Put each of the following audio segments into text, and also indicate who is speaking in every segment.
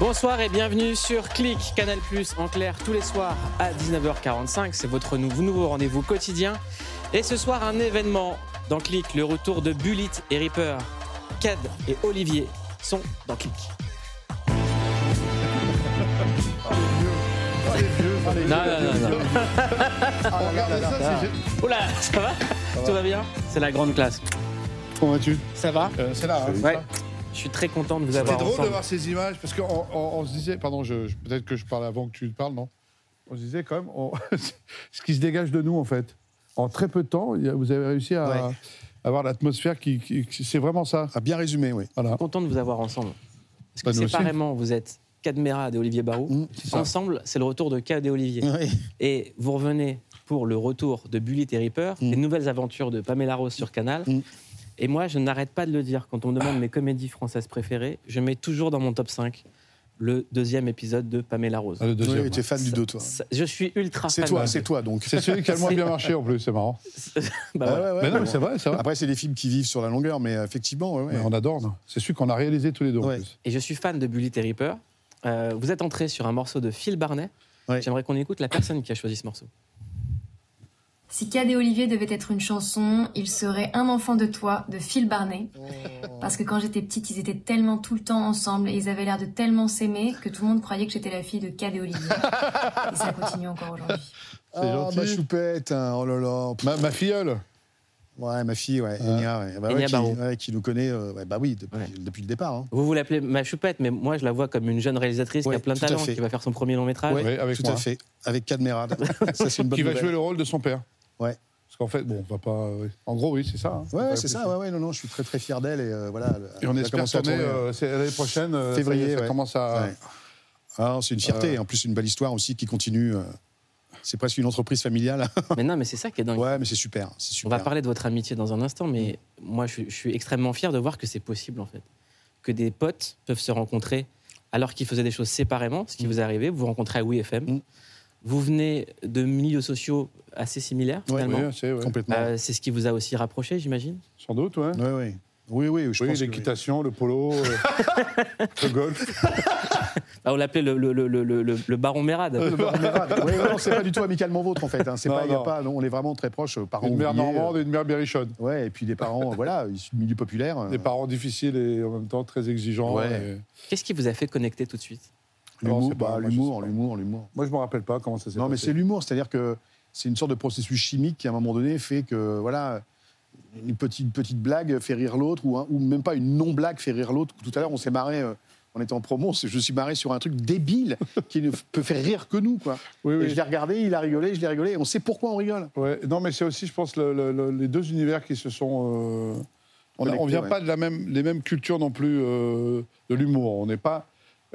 Speaker 1: Bonsoir et bienvenue sur Click, Canal Plus en clair tous les soirs à 19h45. C'est votre nou- nouveau rendez-vous quotidien. Et ce soir, un événement dans Click, le retour de Bullet et Reaper. Cad et Olivier sont dans Click. Non, non, non, non.
Speaker 2: Ah, regardez ça, c'est gé-
Speaker 1: Oula, ça va Tout va bien C'est la grande classe.
Speaker 3: Comment vas-tu
Speaker 1: Ça va
Speaker 2: euh, c'est là. hein.
Speaker 1: Ouais. Je suis très content de vous
Speaker 2: C'était
Speaker 1: avoir
Speaker 2: drôle de
Speaker 1: ensemble.
Speaker 2: voir ces images parce qu'on on- on se disait, pardon, je, je- peut-être que je parle avant que tu parles, non On se disait quand même, on- ce qui se dégage de nous en fait, en très peu de temps, il y a- vous avez réussi à
Speaker 3: Ouais.
Speaker 2: avoir l'atmosphère qui, qui- qui- c'est vraiment ça.
Speaker 3: Ah, bien résumé, oui.
Speaker 2: Voilà.
Speaker 1: Content de vous avoir ensemble. Parce que
Speaker 2: Bah, nous aussi.
Speaker 1: séparément, vous êtes Cadmera et Olivier Barou.
Speaker 3: Mmh,
Speaker 2: ça.
Speaker 1: ensemble, Mm, c'est le retour de Cad et Olivier.
Speaker 3: Oui.
Speaker 1: Et vous revenez pour le retour de Bullet et Reaper,
Speaker 3: Mm.
Speaker 1: les nouvelles aventures de Pamela Rose sur Canal.
Speaker 3: Mm.
Speaker 1: Et moi, je n'arrête pas de le dire. Quand on me demande mes comédies françaises préférées, je mets toujours dans mon top 5 le deuxième épisode de Pamela Rose.
Speaker 2: Ah, le
Speaker 3: Oui,
Speaker 2: deuxième.
Speaker 3: tu es fan du
Speaker 1: Ça-
Speaker 3: 2, toi.
Speaker 1: ça- je suis ultra
Speaker 3: Ah. C'est
Speaker 1: fan.
Speaker 3: toi,
Speaker 1: de-
Speaker 3: c'est toi, donc.
Speaker 2: C'est celui qui a le moins bien marché en plus, c'est marrant.
Speaker 1: Bah
Speaker 3: Ouais,
Speaker 1: voilà.
Speaker 3: ouais, ouais,
Speaker 2: mais non,
Speaker 3: bon.
Speaker 2: mais c'est vrai, c'est vrai.
Speaker 3: Après, c'est des films qui vivent sur la longueur, mais euh, effectivement, ouais, ouais.
Speaker 2: Mais on adore, non c'est celui qu'on a réalisé tous les deux
Speaker 3: Ouais.
Speaker 2: en plus.
Speaker 1: Et je suis fan de Bullet et Reaper. Euh, vous êtes entré sur un morceau de Phil Barnet.
Speaker 3: Ouais.
Speaker 1: J'aimerais qu'on écoute la personne qui a choisi ce morceau.
Speaker 4: Si Cad et Olivier devait être une chanson, il serait Un enfant de toi de Phil Barnet.
Speaker 3: Oh.
Speaker 4: Parce que quand j'étais petite, ils étaient tellement tout le temps ensemble et ils avaient l'air de tellement s'aimer que tout le monde croyait que j'étais la fille de Cad et Olivier. Et ça continue encore aujourd'hui.
Speaker 3: Ah,
Speaker 2: gentil.
Speaker 3: ma choupette, hein, oh là là. Pff,
Speaker 2: Ma, ma filleule,
Speaker 3: Ouais, ma fille, ouais,
Speaker 2: Ah.
Speaker 3: Enya, ouais. Bah ouais,
Speaker 1: Enya
Speaker 3: qui,
Speaker 1: Barrow.
Speaker 3: ouais, qui nous connaît, euh, ouais, bah oui, depuis,
Speaker 1: Ouais.
Speaker 3: depuis le départ. hein.
Speaker 1: Vous vous l'appelez ma choupette, mais moi je la vois comme une jeune réalisatrice qui
Speaker 3: Ouais,
Speaker 1: a plein de
Speaker 3: tout à
Speaker 1: talent,
Speaker 3: fait.
Speaker 1: qui va faire son premier long métrage.
Speaker 3: Ouais,
Speaker 2: Oui, avec
Speaker 3: tout
Speaker 2: moi.
Speaker 3: à fait. Avec Cadmerade. ça, c'est une bonne
Speaker 2: qui va
Speaker 3: nouvelle.
Speaker 2: jouer le rôle de son père.
Speaker 3: Ouais.
Speaker 2: Parce qu'en fait, bon, on va pas. oui. En gros, oui, c'est ça. hein. On va
Speaker 3: Ouais, c'est ça,
Speaker 2: réfléchir.
Speaker 3: ouais, ouais, non, non, je suis très, très fier d'elle. Et, euh, voilà, elle-
Speaker 2: Et on
Speaker 3: elle a
Speaker 2: espère
Speaker 3: commencé à
Speaker 2: tourner
Speaker 3: tourner, euh,
Speaker 2: euh, c'est l'année prochaine. euh, ça y est,
Speaker 3: Février,
Speaker 2: Ça,
Speaker 3: ouais.
Speaker 2: commence à.
Speaker 3: Ouais. Ah, c'est une
Speaker 2: Euh.
Speaker 3: fierté. En plus, une belle histoire aussi qui continue. euh, C'est presque une entreprise familiale.
Speaker 1: Mais non, mais c'est ça qui est dingue.
Speaker 3: ouais, mais c'est super.
Speaker 1: On
Speaker 3: C'est super.
Speaker 1: va parler de votre amitié dans un instant, mais moi je, suis- je suis extrêmement fier de voir que c'est possible en fait. Que des potes peuvent se rencontrer alors qu'ils faisaient des choses séparément, ce qui vous est arrivé, vous vous rencontrez à WeFM.
Speaker 3: Mm.
Speaker 1: Vous venez de milieux sociaux assez similaires
Speaker 3: Ouais,
Speaker 1: finalement.
Speaker 2: Oui, c'est, ouais.
Speaker 3: Complètement.
Speaker 1: Euh, c'est ce qui vous a aussi rapproché, j'imagine.
Speaker 2: Sans doute, ouais.
Speaker 3: Ouais, ouais. Oui, oui, je
Speaker 2: oui,
Speaker 3: pense que oui.
Speaker 2: l'équitation, le polo, euh, le golf.
Speaker 1: Ah, on l'appelait le, le, le, le, le- le baron Mérade.
Speaker 3: Le baron Mérade. Oui, oui, non, c'est pas du tout amicalement vôtre en fait. hein. C'est
Speaker 2: Non,
Speaker 3: pas, y a
Speaker 2: non.
Speaker 3: pas- non, on est vraiment très proches, euh, parents
Speaker 2: Une mère
Speaker 3: ouvriers, euh,
Speaker 2: normande et une mère berrichonne.
Speaker 3: Ouais, et puis des parents, euh, voilà, issus du milieu populaire. euh,
Speaker 2: Des parents difficiles et en même temps très exigeants.
Speaker 3: Ouais.
Speaker 2: et-
Speaker 1: Qu'est-ce qui vous a fait connecter tout de suite
Speaker 2: Non,
Speaker 3: L'humour,
Speaker 2: c'est pas-
Speaker 3: bah,
Speaker 2: moi, je
Speaker 3: l'humour,
Speaker 2: sais pas.
Speaker 3: l'humour, l'humour.
Speaker 2: Moi, je me rappelle pas comment ça s'est
Speaker 3: Non, mais
Speaker 2: passé.
Speaker 3: c'est l'humour, c'est-à-dire que c'est une sorte de processus chimique qui, à un moment donné, fait que, voilà, une petite, petite blague fait rire l'autre, ou, un- ou même pas une non-blague fait rire l'autre. Tout à l'heure, on s'est marré, euh, on était en promo, je me suis marré sur un truc débile qui ne f- peut faire rire que nous, quoi.
Speaker 2: Oui,
Speaker 3: Et
Speaker 2: oui.
Speaker 3: je l'ai regardé, il a rigolé, je l'ai rigolé, et on sait pourquoi on rigole.
Speaker 2: Ouais, non, mais c'est aussi, je pense, le- le- le- les deux univers qui se sont. euh, on ne
Speaker 3: Connectés,
Speaker 2: vient
Speaker 3: ouais.
Speaker 2: pas de la même, les mêmes cultures non plus euh, de l'humour. On n'est pas.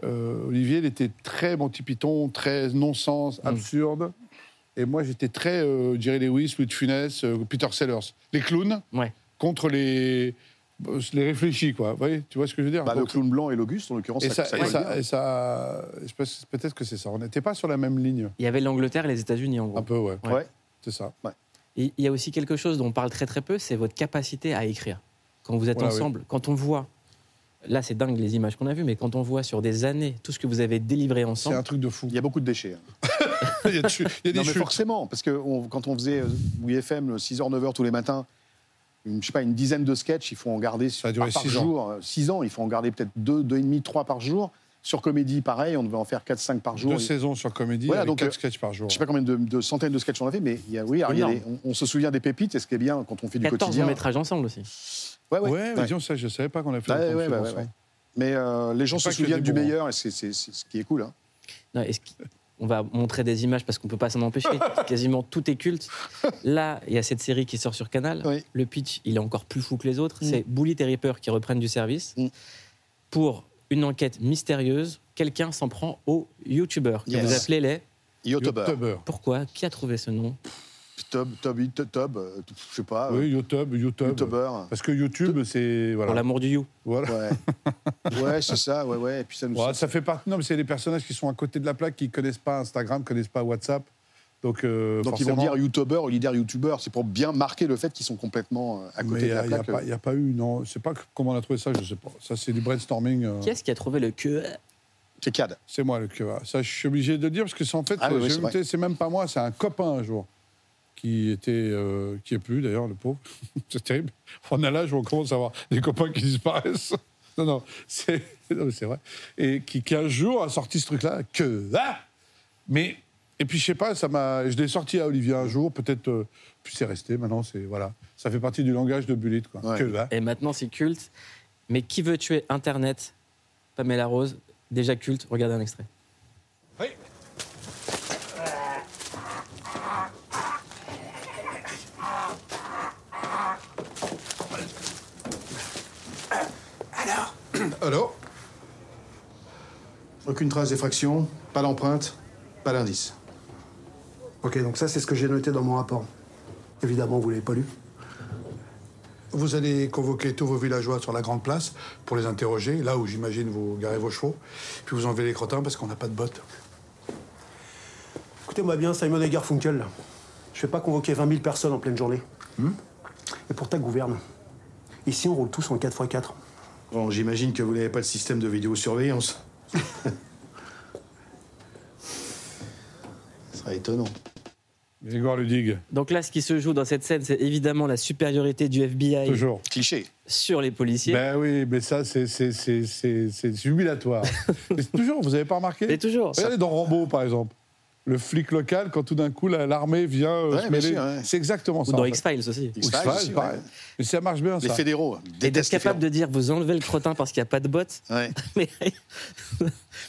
Speaker 2: euh, Olivier, il était très Monty Python, très non-sens,
Speaker 3: Mm.
Speaker 2: absurde. Et moi, j'étais très euh, Jerry Lewis, Louis de Funès, euh, Peter Sellers. Les clowns
Speaker 1: Ouais.
Speaker 2: contre les, euh, les réfléchis, quoi. Vous voyez, tu vois ce que je veux dire
Speaker 3: Bah,
Speaker 2: Donc,
Speaker 3: le clown blanc et l'Auguste, en l'occurrence,
Speaker 2: Et ça, et
Speaker 3: colle
Speaker 2: ça-
Speaker 3: bien.
Speaker 2: et ça- je pense- peut-être que c'est ça. On n'était pas sur la même ligne,
Speaker 1: Il y avait l'Angleterre et les États-Unis en gros.
Speaker 2: un peu, ouais.
Speaker 1: Ouais.
Speaker 3: Ouais.
Speaker 2: C'est ça.
Speaker 1: Et il y a aussi quelque chose dont on parle très très peu, c'est votre capacité à écrire. Quand vous êtes
Speaker 2: Voilà,
Speaker 1: ensemble, quand on voit, là c'est dingue les images qu'on a vues, mais quand on voit sur des années tout ce que vous avez délivré
Speaker 2: C'est un
Speaker 1: ensemble,
Speaker 2: truc de fou.
Speaker 3: Il y a beaucoup de déchets. hein.
Speaker 2: Il y a, des chu- il y a
Speaker 3: Non,
Speaker 2: des
Speaker 3: mais
Speaker 2: chutes.
Speaker 3: forcément, parce que on- quand on faisait euh, WFM 6h, 9h tous les matins, une, je sais pas, une dizaine de sketchs, il faut en garder
Speaker 2: a duré
Speaker 3: par, par
Speaker 2: six ans.
Speaker 3: jour. 6 ans, il faut en garder peut-être 2, 2,5, 3 par jour. Sur Comédie, pareil, on devait en faire 4, 5 par jour.
Speaker 2: Deux
Speaker 3: Et-
Speaker 2: saisons sur comédie,
Speaker 3: Voilà,
Speaker 2: avec
Speaker 3: donc,
Speaker 2: quatre
Speaker 3: euh,
Speaker 2: sketchs par jour.
Speaker 3: je sais pas combien de, de centaines de sketchs on a fait, mais il y a- oui, alors, il y a
Speaker 1: Énorme.
Speaker 3: des- on, on se souvient des pépites, et ce qui est bien quand on fait du
Speaker 1: 14
Speaker 3: quotidien.
Speaker 1: longs métrages ensemble aussi.
Speaker 3: ah Ouais, ouais,
Speaker 2: Ouais, mais
Speaker 3: ouais. Ah
Speaker 2: disons ça, je savais pas qu'on a fait
Speaker 3: Ouais,
Speaker 2: autant de
Speaker 3: ouais,
Speaker 2: films
Speaker 3: ouais, ouais,
Speaker 2: ensemble.
Speaker 3: ouais. Mais euh, les gens
Speaker 2: C'est pas
Speaker 3: se
Speaker 2: que
Speaker 3: souviennent
Speaker 2: des
Speaker 3: du
Speaker 2: bons, hein.
Speaker 3: meilleur, et c'est c'est- c'est ce qui est cool. hein.
Speaker 1: Non, est-ce qu'- on va montrer des images parce qu'on peut pas s'en empêcher, quasiment tout est culte. Là, il y a cette série qui sort sur Canal.
Speaker 3: Oui.
Speaker 1: Le pitch, il est encore plus fou que les autres.
Speaker 3: Mm.
Speaker 1: C'est Bully et Reaper qui reprennent du service
Speaker 3: Mm.
Speaker 1: pour une enquête mystérieuse. Quelqu'un s'en prend aux youtubeurs que
Speaker 3: Yes.
Speaker 1: vous appelez les.
Speaker 3: Yotober.
Speaker 2: Youtuber.
Speaker 1: Pourquoi Qui a trouvé ce nom
Speaker 3: Tob, Tob, Tob, Tob, euh, je sais pas. euh,
Speaker 2: Oui, Youtube, Youtube.
Speaker 3: Youtuber.
Speaker 2: Parce que YouTube, c'est.
Speaker 1: Pour
Speaker 2: Voilà.
Speaker 1: l'amour du you.
Speaker 2: Voilà.
Speaker 3: Ouais, ouais c'est ça, ouais, ouais. Et puis ça nous
Speaker 2: Ouais, ça fait partie. Non, mais c'est les personnages qui sont à côté de la plaque, qui connaissent pas Instagram, connaissent pas WhatsApp. Donc, euh,
Speaker 3: Donc
Speaker 2: forcément,
Speaker 3: ils vont dire youtubeur ou leader youtubeur, c'est pour bien marquer le fait qu'ils sont complètement euh, à côté
Speaker 2: Mais
Speaker 3: de la
Speaker 2: il n'y a,
Speaker 3: plaque.
Speaker 2: pas- y a pas eu, non. Je sais pas comment on a trouvé ça, je sais pas. Ça, c'est du brainstorming. euh.
Speaker 1: Qui est-ce qui a trouvé le que
Speaker 3: C'est euh, CAD.
Speaker 2: C'est moi le Cueva. Ça, je suis obligé de le dire parce que c'est en fait,
Speaker 3: Ah oui,
Speaker 2: j'ai
Speaker 3: oui, c'est
Speaker 2: même-
Speaker 3: vrai.
Speaker 2: c'est même pas moi, c'est un copain un jour qui était, euh, qui est plus d'ailleurs, le pauvre. c'est terrible. On a l'âge où on commence à avoir des copains qui disparaissent. non, non, c'est non, mais c'est vrai. Et qui, qui un jour a sorti ce truc-là, que ah Mais et puis je sais pas, ça m'a, je l'ai sorti à Olivier un jour, peut-être. euh, puis c'est resté. Maintenant, c'est voilà, ça fait partie du langage de Bullitt, quoi.
Speaker 3: Ouais.
Speaker 2: Que hein. va
Speaker 1: Et maintenant, c'est culte. Mais qui veut tuer Internet Pamela Rose, déjà culte. Regardez un extrait.
Speaker 3: Alors Aucune trace d'effraction, pas d'empreinte, pas d'indice.
Speaker 5: Ok, donc ça, c'est ce que j'ai noté dans mon rapport. Évidemment, vous l'avez pas lu.
Speaker 6: Vous allez convoquer tous vos villageois sur la grande place pour les interroger, là où j'imagine vous garez vos chevaux, puis vous enlevez les crottins parce qu'on n'a pas de bottes.
Speaker 5: Écoutez-moi bien, Simon et Garfunkel. Je vais pas convoquer 20 000 personnes en pleine journée. Et pour ta gouverne. Ici, on roule tous en 4x4.
Speaker 3: Bon, j'imagine que vous n'avez pas le système de vidéosurveillance. Ce serait étonnant.
Speaker 2: Grégoire Ludig,
Speaker 1: Donc là, ce qui se joue dans cette scène, c'est évidemment la supériorité du FBI
Speaker 2: toujours.
Speaker 3: Cliché.
Speaker 1: sur les policiers.
Speaker 2: Ben oui, mais ça, c'est- c'est- c'est c'est- c'est jubilatoire. Mais c'est toujours, vous avez pas remarqué
Speaker 1: Mais toujours.
Speaker 2: Regardez dans Rambo, par exemple. Le flic local, quand tout d'un coup, la- l'armée vient euh,
Speaker 3: Ouais,
Speaker 2: se
Speaker 3: bien
Speaker 2: mêler.
Speaker 3: sûr, ouais.
Speaker 2: C'est exactement
Speaker 1: Ou
Speaker 2: ça. en
Speaker 1: dans
Speaker 2: fait.
Speaker 1: X-Files aussi.
Speaker 2: Ou X-Files,
Speaker 3: X-Files aussi,
Speaker 2: pareil.
Speaker 3: ouais.
Speaker 2: Mais ça marche bien,
Speaker 3: Les
Speaker 2: ça.
Speaker 3: fédéraux
Speaker 1: Et d'être
Speaker 3: détestent les
Speaker 1: capable de dire, vous enlevez le crottin parce qu'il n'y a pas de bottes.
Speaker 3: fédéraux. Ouais.
Speaker 1: Mais...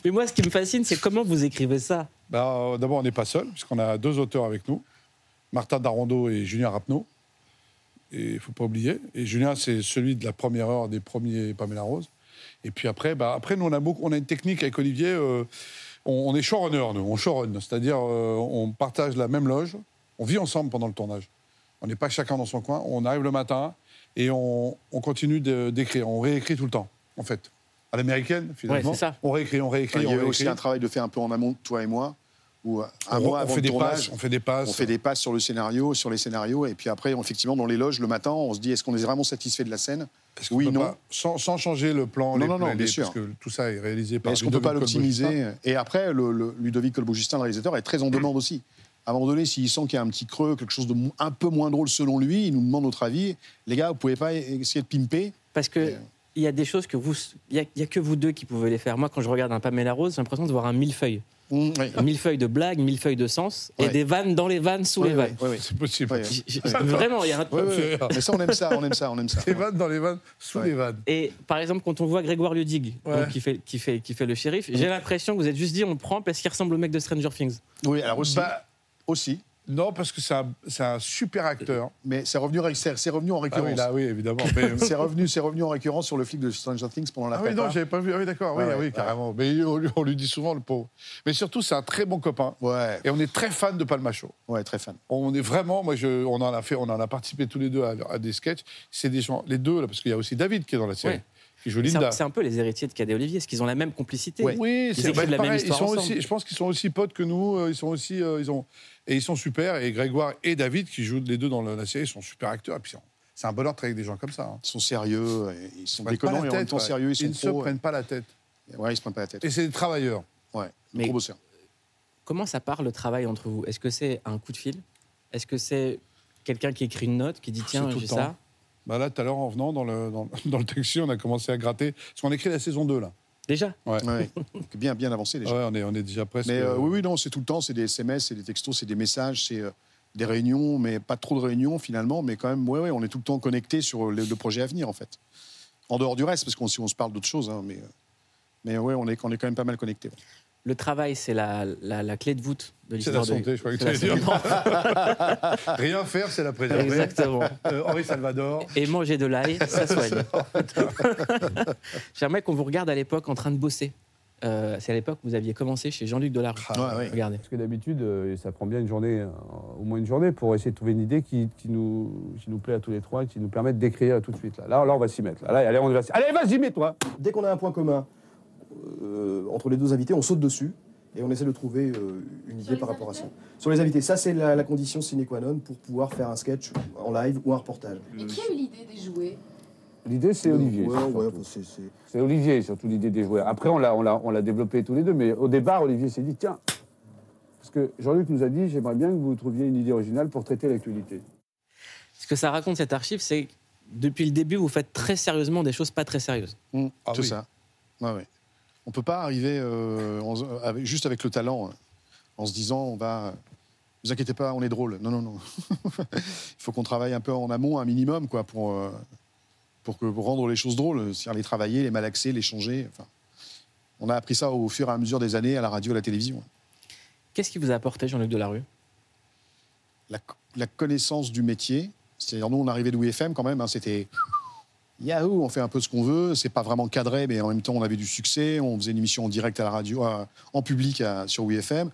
Speaker 1: mais moi, ce qui me fascine, c'est comment vous écrivez ça.
Speaker 2: Ben, euh, D'abord, on n'est pas seul, puisqu'on a deux auteurs avec nous. Martin Darondo et Julien Rapneau. Et il ne faut pas oublier. Et Julien, c'est celui de la première heure des premiers Pamela Rose. Et puis après, bah, après nous, on a, beaucoup, on a une technique avec Olivier. euh, on, on est showrunner, nous. On showrun. C'est-à-dire, euh, on partage la même loge. On vit ensemble pendant le tournage. On n'est pas chacun dans son coin. On arrive le matin et on, on continue de- d'écrire. On réécrit tout le temps, en fait. À l'américaine, finalement.
Speaker 1: Ouais, c'est ça.
Speaker 2: On réécrit, on réécrit,
Speaker 3: Enfin, il y
Speaker 2: on
Speaker 3: avait
Speaker 2: réécrit.
Speaker 3: aussi un travail de faire un peu en amont, toi et moi, où euh, un
Speaker 2: on,
Speaker 3: mois
Speaker 2: on
Speaker 3: avant
Speaker 2: fait
Speaker 3: le
Speaker 2: des
Speaker 3: tournage,
Speaker 2: passes, on fait des passes.
Speaker 3: on fait des passes sur le scénario, sur les scénarios, et puis après, on- effectivement, dans les loges, le matin, on se dit est-ce qu'on est vraiment satisfait de la scène
Speaker 2: Est-ce qu'on
Speaker 3: Oui,
Speaker 2: peut
Speaker 3: non.
Speaker 2: pas- sans, sans changer le plan,
Speaker 3: Non,
Speaker 2: les-
Speaker 3: non, non,
Speaker 2: les-
Speaker 3: bien
Speaker 2: parce
Speaker 3: sûr.
Speaker 2: que tout ça est réalisé
Speaker 3: Mais
Speaker 2: par.
Speaker 3: Est-ce qu'on ne peut pas
Speaker 2: Ludovic Colbouchtin.
Speaker 3: l'optimiser Et après, le, le- Ludovic Colbogistin, le réalisateur, est très en demande aussi. À un moment donné, s'il sent qu'il y a un petit creux, quelque chose de mo- un peu moins drôle selon lui, il nous demande notre avis. Les gars, vous pouvez pas e- essayer de pimper
Speaker 1: Parce que il y a des choses que vous, il y a- il y a, que vous deux qui pouvez les faire. Moi, quand je regarde un Pamela Rose, j'ai l'impression de voir un millefeuille.
Speaker 3: Hum, ouais.
Speaker 1: Mille feuilles de blagues, mille feuilles de sens, et
Speaker 3: Ouais.
Speaker 1: des vannes dans les vannes, sous
Speaker 3: Ouais,
Speaker 1: les
Speaker 3: ouais,
Speaker 1: vannes.
Speaker 3: ouais, ouais.
Speaker 2: C'est possible.
Speaker 3: Ouais, ouais.
Speaker 1: J- j- Vraiment, il y a un...
Speaker 3: Ouais, ouais,
Speaker 2: Absolument.
Speaker 3: ouais. Mais ça, on aime ça, on aime ça, on aime ça.
Speaker 2: Les vannes dans les vannes, sous
Speaker 3: Ouais.
Speaker 2: les vannes.
Speaker 1: Et par exemple, quand on voit Grégoire Ludig,
Speaker 2: Ouais.
Speaker 1: donc, qui, fait, qui, fait, qui fait le shérif, j'ai l'impression que vous êtes juste dit on le prend parce qu'il ressemble au mec de Stranger Things.
Speaker 3: Oui, alors aussi,
Speaker 2: Bah,
Speaker 3: aussi
Speaker 2: non, parce que c'est un, c'est un super acteur.
Speaker 3: mais c'est revenu, ré- c'est c'est revenu en
Speaker 2: Ah oui,
Speaker 3: récurrence.
Speaker 2: là, oui, évidemment. Mais,
Speaker 3: C'est revenu, c'est revenu en récurrence sur le flic de Stranger Things pendant la
Speaker 2: ah oui,
Speaker 3: prépa.
Speaker 2: non, j'avais pas vu. Ah oui, d'accord, oui,
Speaker 3: Ouais,
Speaker 2: ah oui,
Speaker 3: ouais.
Speaker 2: carrément. Mais on, lui- on lui dit souvent le pauvre. Mais surtout, c'est un très bon copain.
Speaker 3: ouais,
Speaker 2: Et on est très fan de Palmacho.
Speaker 3: ouais, très fan.
Speaker 2: On est vraiment, moi, je, on en a fait, on en a participé tous les deux à, à des sketchs. C'est des gens, les deux, là, parce qu'il y a aussi David qui est dans la série,
Speaker 1: Ouais.
Speaker 2: qui joue
Speaker 1: C'est un,
Speaker 2: Linda.
Speaker 1: c'est un peu les héritiers de Cadet Olivier, parce qu'ils ont la même complicité.
Speaker 2: Oui, c'est
Speaker 1: écrivent
Speaker 2: bah,
Speaker 1: la même
Speaker 2: pareil, ils
Speaker 1: histoire
Speaker 2: sont
Speaker 1: ensemble.
Speaker 2: aussi, je pense qu'ils sont aussi potes que nous. euh, Ils sont aussi, euh, ils ont et ils sont super. Et Grégoire et David qui jouent les deux dans la, la série sont super acteurs. Et puis c'est- c'est un bonheur de travailler avec des gens comme ça. hein.
Speaker 3: Ils sont sérieux, et ils sont
Speaker 2: Ils se prennent
Speaker 3: déconnants
Speaker 2: pas la
Speaker 3: et en même
Speaker 2: tête,
Speaker 3: temps
Speaker 2: ouais.
Speaker 3: sérieux, ils
Speaker 2: Ils ne
Speaker 3: sont
Speaker 2: se
Speaker 3: pros.
Speaker 2: prennent pas la tête.
Speaker 3: Ouais, ils se prennent pas la tête.
Speaker 2: Et c'est des travailleurs.
Speaker 3: Ouais,
Speaker 1: Mais-
Speaker 3: mais... gros bosseurs.
Speaker 1: Comment ça part le travail entre vous Est-ce que c'est un coup de fil Est-ce que c'est quelqu'un qui écrit une note, qui dit tiens,
Speaker 2: Ah, tout le
Speaker 1: j'ai
Speaker 2: temps.
Speaker 1: ça
Speaker 2: Bah là, tout à l'heure, en venant dans le, dans, le- dans le taxi, on a commencé à gratter. Parce qu'on écrit la saison 2, là.
Speaker 1: Déjà
Speaker 3: Ouais, ouais. Donc, bien, bien avancé déjà.
Speaker 2: Ouais, on, est, on est déjà presque.
Speaker 3: Mais euh, oui, oui, non, c'est tout le temps, c'est des SMS, c'est des textos, c'est des messages, c'est euh, des réunions, mais pas trop de réunions finalement, mais quand même, ouais, ouais, on est tout le temps connecté sur le, le projet à venir en fait. En dehors du reste, parce qu'on si on se parle d'autres choses, hein, mais, euh, mais ouais, on est, on est quand même pas mal connecté.
Speaker 1: Le travail, c'est la, la, la clé de voûte de
Speaker 2: C'est
Speaker 1: l'histoire
Speaker 2: la
Speaker 1: de...
Speaker 2: santé, je crois que
Speaker 1: C'est
Speaker 2: tu
Speaker 1: la
Speaker 2: allais dire.
Speaker 1: santé.
Speaker 2: Rien faire, c'est la préserver.
Speaker 1: Exactement.
Speaker 2: Euh, Henri Salvador.
Speaker 1: Et manger de l'ail, ça soigne. J'aimerais qu'on vous regarde à l'époque en train de bosser. Euh, c'est à l'époque où vous aviez commencé chez Jean-Luc Delarue.
Speaker 3: Ah, ouais, ouais.
Speaker 1: Regardez.
Speaker 7: Parce que d'habitude, euh, ça prend bien une journée, euh, au moins une journée, pour essayer de trouver une idée qui, qui nous, qui nous plaît à tous les trois et qui nous permette d'écrire tout de suite. Là, là, là, on va s'y mettre. Là, allez, on va s'y- Allez, vas-y, mets-toi
Speaker 5: Dès qu'on a un point commun euh, entre les deux invités, on saute dessus et on essaie de trouver euh, une idée
Speaker 4: les
Speaker 5: par rapport à ça. Sur les invités, ça, c'est la, la condition sine qua non pour pouvoir faire un sketch en live ou un reportage.
Speaker 8: Et qui a eu l'idée des jouets
Speaker 7: L'idée, c'est Olivier.
Speaker 8: Ouais,
Speaker 7: surtout.
Speaker 8: ouais, enfin, c'est- c'est-
Speaker 7: C'est Olivier, surtout l'idée des joueurs. Après, on l'a, on, l'a, on l'a développé tous les deux, mais au départ, Olivier s'est dit tiens, parce que Jean-Luc nous a dit j'aimerais bien que vous trouviez une idée originale pour traiter l'actualité.
Speaker 1: Ce que ça raconte cette archive, c'est que depuis le début, vous faites très sérieusement des choses pas très sérieuses.
Speaker 3: Hum,
Speaker 2: Ah
Speaker 3: tout
Speaker 2: oui.
Speaker 3: ça. Ouais, ouais. On peut pas arriver euh, en- avec- juste avec le talent, euh, en se disant on va. Ne vous inquiétez pas, on est drôle. Non, non, non. Il faut qu'on travaille un peu en amont, un minimum, quoi, pour, euh, pour, que, pour rendre les choses drôles, euh, c'est-à-dire les travailler, les malaxer, les changer. Enfin, on a appris ça au fur et à mesure des années à la radio, à la télévision.
Speaker 1: Qu'est-ce qui vous a apporté, Jean-Luc Delarue
Speaker 3: la, la connaissance du métier. C'est-à-dire, nous, on arrivait de WFM quand même, hein, c'était Yahoo, on fait un peu ce qu'on veut, c'est pas vraiment cadré, mais en même temps, on avait du succès, on faisait une émission en direct à la radio, à- en public à- sur WFM.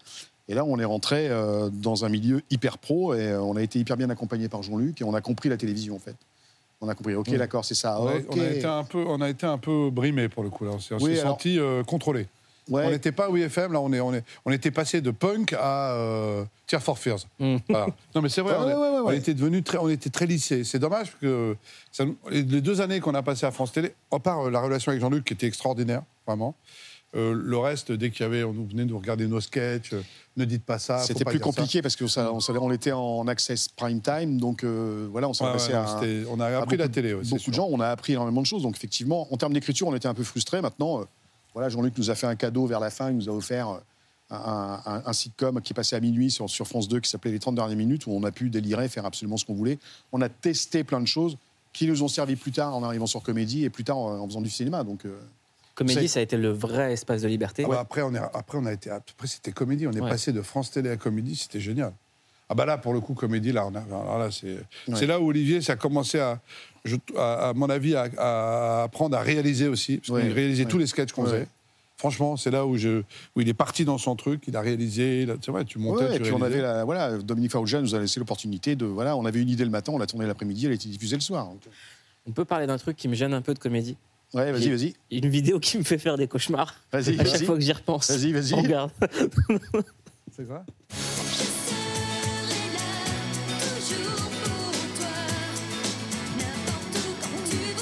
Speaker 3: Et là, on est rentré euh, dans un milieu hyper pro et euh, on a été hyper bien accompagné par Jean-Luc et on a compris la télévision, en fait. On a compris, ok,
Speaker 2: Oui.
Speaker 3: d'accord, c'est ça.
Speaker 2: On a,
Speaker 3: Ah, ok.
Speaker 2: on a été un peu, on a été un peu brimé pour le coup. Là. On s'est on
Speaker 3: Oui,
Speaker 2: s'est
Speaker 3: alors-
Speaker 2: senti euh, contrôlé.
Speaker 3: Ouais.
Speaker 2: On n'était pas au IFM, là, on, est, on, est, on était passé de punk à euh, Tear for Fears.
Speaker 1: Mm.
Speaker 2: Voilà. Non, mais c'est vrai,
Speaker 3: Ouais,
Speaker 2: on, est-
Speaker 3: ouais, ouais, ouais,
Speaker 2: on
Speaker 3: ouais.
Speaker 2: était devenu très, on était très lycée. C'est dommage parce que ça nous- les deux années qu'on a passées à France Télé, à part euh, la relation avec Jean-Luc qui était extraordinaire, vraiment. euh, le reste, dès qu'il y avait, on nous venait nous regarder nos sketchs, euh, ne dites pas ça. faut
Speaker 3: C'était
Speaker 2: pas
Speaker 3: plus
Speaker 2: dire ça.
Speaker 3: compliqué parce que ça- on, savait- on était en access prime time, donc euh, voilà, on s'est
Speaker 2: Ouais, ouais,
Speaker 3: passé
Speaker 2: non,
Speaker 3: à un-
Speaker 2: c'était- on a
Speaker 3: Ah,
Speaker 2: appris
Speaker 3: beaucoup-
Speaker 2: la télé. ouais, c'est
Speaker 3: Beaucoup
Speaker 2: sûr.
Speaker 3: de gens, on a appris énormément de choses. Donc, effectivement, en termes d'écriture, on était un peu frustrés. Maintenant, euh, voilà, Jean-Luc nous a fait un cadeau vers la fin. Il nous a offert euh, un, un- un sitcom qui passait à minuit sur, sur France 2 qui s'appelait Les 30 dernières minutes, où on a pu délirer, faire absolument ce qu'on voulait. On a testé plein de choses qui nous ont servi plus tard en arrivant sur Comédie et plus tard en, en faisant du cinéma. Donc, euh,
Speaker 1: Comédie,
Speaker 3: C'est-
Speaker 1: ça a été le vrai espace de liberté.
Speaker 2: Ah bah après, on est, après, on a été, après, c'était comédie. On est
Speaker 1: Ouais.
Speaker 2: passé de France Télé à comédie, c'était génial. Ah bah là, pour le coup, comédie, là, on a- alors là, c'est, c'est là où Olivier, ça a commencé à, je- à, à mon avis, à, à apprendre à réaliser aussi, parce
Speaker 3: Ouais,
Speaker 2: qu'il réalisait
Speaker 3: ouais.
Speaker 2: tous les sketchs qu'on
Speaker 3: Ouais.
Speaker 2: faisait. Franchement, c'est là où, je, où il est parti dans son truc, il a réalisé, il a- c'est vrai, tu montais,
Speaker 3: ouais, et
Speaker 2: tu
Speaker 3: puis on
Speaker 2: réalisais.
Speaker 3: avait la- voilà, Dominique Faouja nous a laissé l'opportunité de. Voilà, on avait une idée le matin, on l'a tournée l'après-midi, elle a été diffusée le soir. Donc,
Speaker 1: On peut parler d'un truc qui me gêne un peu de comédie.
Speaker 3: Ouais, vas-y, vas-y.
Speaker 1: Une vidéo qui me fait faire des cauchemars
Speaker 3: Vas-y,
Speaker 1: à chaque
Speaker 3: vas-y.
Speaker 1: fois que j'y repense.
Speaker 3: Vas-y, vas-y.
Speaker 1: Regarde.
Speaker 7: C'est quoi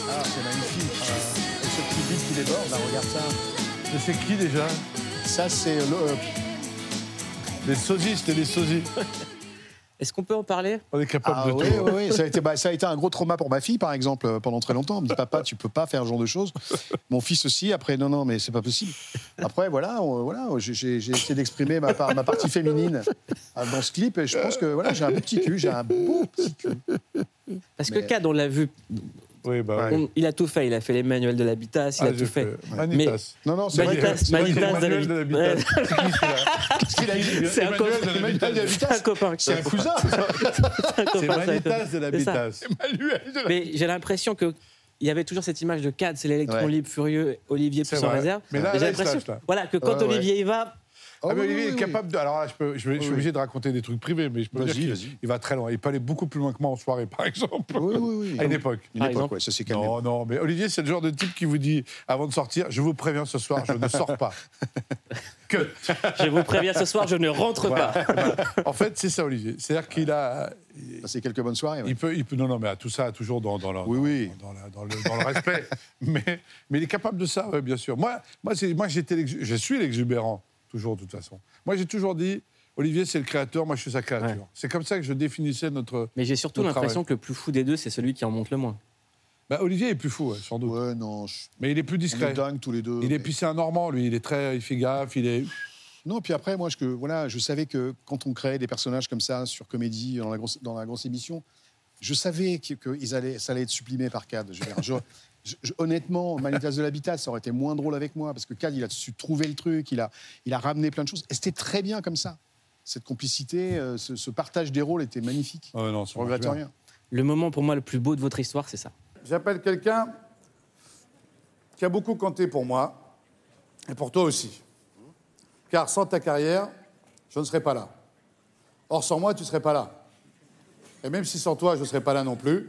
Speaker 3: Ah, c'est magnifique. Ah, Et ce petit beat qui déborde, là, regarde ça.
Speaker 2: Mais c'est qui déjà
Speaker 3: Ça, c'est le. euh,
Speaker 2: Les sosies, c'était les sosies.
Speaker 1: Est-ce qu'on peut en parler
Speaker 2: On est capable
Speaker 3: Ah
Speaker 2: de
Speaker 3: oui,
Speaker 2: tout.
Speaker 3: oui, oui. Ça, a été, bah, ça a été un gros trauma pour ma fille, par exemple, euh, pendant très longtemps. Elle me dit, papa, tu peux pas faire ce genre de choses. Mon fils aussi. Après, non, non, mais c'est pas possible. Après, voilà, on- voilà j'ai- j'ai j'ai essayé d'exprimer ma, part- ma partie féminine euh, dans ce clip. Et je pense que voilà, j'ai un beau petit cul, j'ai un beau petit cul.
Speaker 1: Parce que
Speaker 3: Mais-
Speaker 1: Cad, on l'a vu,
Speaker 2: Oui, bah oui.
Speaker 1: on- il a tout fait. Il a fait les manuels de l'habitat, il
Speaker 2: Ah,
Speaker 1: a
Speaker 2: j'ai
Speaker 1: tout fait.
Speaker 2: fait. Manitas.
Speaker 3: Non, non, c'est vrai. que-
Speaker 1: Manitas,
Speaker 2: c'est vrai qu'il y a
Speaker 1: Manitas
Speaker 2: le manuel de
Speaker 1: l'habitat.
Speaker 2: l'habitat.
Speaker 1: Ouais,
Speaker 3: Qu'est-ce qu'il a dit
Speaker 1: C'est un
Speaker 2: Emmanuel
Speaker 1: copain.
Speaker 2: de l'habitat.
Speaker 3: Manuel de l'habitat,
Speaker 1: C'est un copain.
Speaker 3: C'est un cousin.
Speaker 1: un copain,
Speaker 2: C'est
Speaker 1: ça a été-
Speaker 2: Manitas de la
Speaker 1: C'est ça.
Speaker 2: Bitas.
Speaker 1: Mais j'ai l'impression que il y avait toujours cette image de cadre, c'est l'électron
Speaker 3: Ouais.
Speaker 1: libre furieux, Olivier
Speaker 2: C'est
Speaker 1: plus en
Speaker 2: vrai.
Speaker 1: réserve.
Speaker 2: Mais là,
Speaker 1: Et j'ai
Speaker 2: là, il se
Speaker 1: l'impression
Speaker 2: lâche, là.
Speaker 1: voilà, que quand
Speaker 3: Ouais, ouais.
Speaker 1: Olivier y va,
Speaker 3: Oh,
Speaker 2: Ah, mais
Speaker 3: oui,
Speaker 2: Olivier
Speaker 3: oui,
Speaker 2: est
Speaker 3: oui.
Speaker 2: capable de. Alors là, je, peux- je vais- je suis
Speaker 3: Oui,
Speaker 2: obligé de raconter des trucs privés, mais je peux
Speaker 3: Vas-y,
Speaker 2: dire qu'il-
Speaker 3: vas-y.
Speaker 2: il va très loin. Il peut aller beaucoup plus loin que moi en soirée, par exemple.
Speaker 3: Oui, oui, oui.
Speaker 2: À une époque.
Speaker 3: Une
Speaker 1: Par
Speaker 3: époque,
Speaker 1: exemple.
Speaker 3: ouais, ça s'est calmé.
Speaker 2: Non, non, mais Olivier, c'est le genre de type qui vous dit avant de sortir, je vous préviens ce soir, je ne sors pas. que.
Speaker 1: je vous préviens ce soir, je ne rentre pas.
Speaker 2: Voilà. Voilà. En fait, c'est ça, Olivier. C'est-à-dire qu'il a.
Speaker 3: Ça, C'est quelques bonnes soirées. ouais.
Speaker 2: Il peut, il peut, non, non, mais à tout ça, toujours dans, dans, la-
Speaker 3: Oui, oui.
Speaker 2: dans, la- dans le, dans le respect. mais, mais il est capable de ça, ouais, bien sûr. Moi, moi, c'est- moi j'étais l'exu- je suis l'exubérant, toujours, de toute façon. Moi, j'ai toujours dit, Olivier, c'est le créateur, moi, je suis sa créature. C'est comme ça que je définissais notre.
Speaker 1: Mais j'ai surtout
Speaker 2: Le
Speaker 1: l'impression que le plus fou des deux, c'est celui qui en monte le moins.
Speaker 2: Bah, Olivier est plus fou, ouais, sans doute.
Speaker 3: Ouais, non, je...
Speaker 2: Mais il est plus
Speaker 3: on est
Speaker 2: discret.
Speaker 3: dingues tous les deux.
Speaker 2: Il est,
Speaker 3: mais-
Speaker 2: puis c'est un Normand, lui. Il est très. Il fait gaffe, il est.
Speaker 3: Non, puis après, moi, je, que- voilà, je savais que quand on créait des personnages comme ça sur comédie, dans la grosse, dans la grosse émission, je savais que, que ils allaient, ça allait être supprimé par Cad. Je veux dire, je- je- je- honnêtement, Manitas de l'Habitat, ça aurait été moins drôle avec moi, parce que Cad, il a su trouver le truc, il a, il a ramené plein de choses, et c'était très bien comme ça. Cette complicité, euh, ce, ce partage des rôles était magnifique.
Speaker 2: Ouais, Oh, non,
Speaker 3: Je regrette rien.
Speaker 1: Le moment pour moi le plus beau de votre histoire, c'est ça.
Speaker 9: J'appelle quelqu'un qui a beaucoup compté pour moi et pour toi aussi. Car sans ta carrière, je ne serais pas là. Or, sans moi, tu ne serais pas là. Et même si sans toi, je ne serais pas là non plus,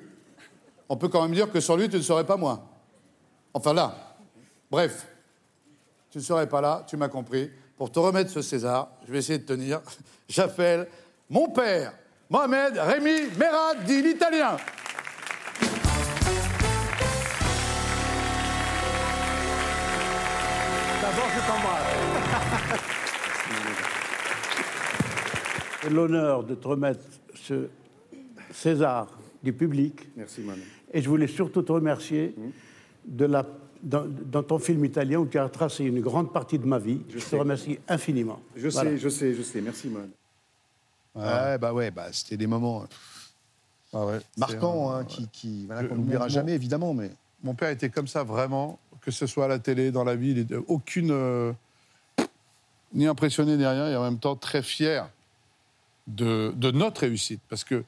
Speaker 9: on peut quand même dire que sans lui, tu ne serais pas moi. Enfin là. Bref, tu ne serais pas là, tu m'as compris. Pour te remettre ce César, je vais essayer de tenir. J'appelle mon père, Mohamed Rémi Merad, dit l'italien.
Speaker 10: Io
Speaker 5: d'abord, je t'embrasse. J'ai l'honneur de te remettre ce César du public.
Speaker 9: Merci, Manon.
Speaker 5: Et je voulais surtout te remercier de la, dans, dans ton film italien où tu as tracé une grande partie de ma vie. Je, te remercie infiniment.
Speaker 9: Je
Speaker 5: Voilà.
Speaker 9: sais, je sais, je sais. Merci, Manon.
Speaker 3: Ouais, bah ouais, bah, c'était des moments
Speaker 2: Ah ouais, c'est
Speaker 3: marquants
Speaker 2: un-
Speaker 3: hein, qui, qui- voilà,
Speaker 2: Le-
Speaker 3: qu'on n'oubliera
Speaker 2: mon-
Speaker 3: jamais, évidemment, mais
Speaker 2: Mon père était comme ça, vraiment, que ce soit à la télé, dans la vie, il était aucune. euh, ni impressionné ni rien, et en même temps très fier de, de notre réussite. Parce que.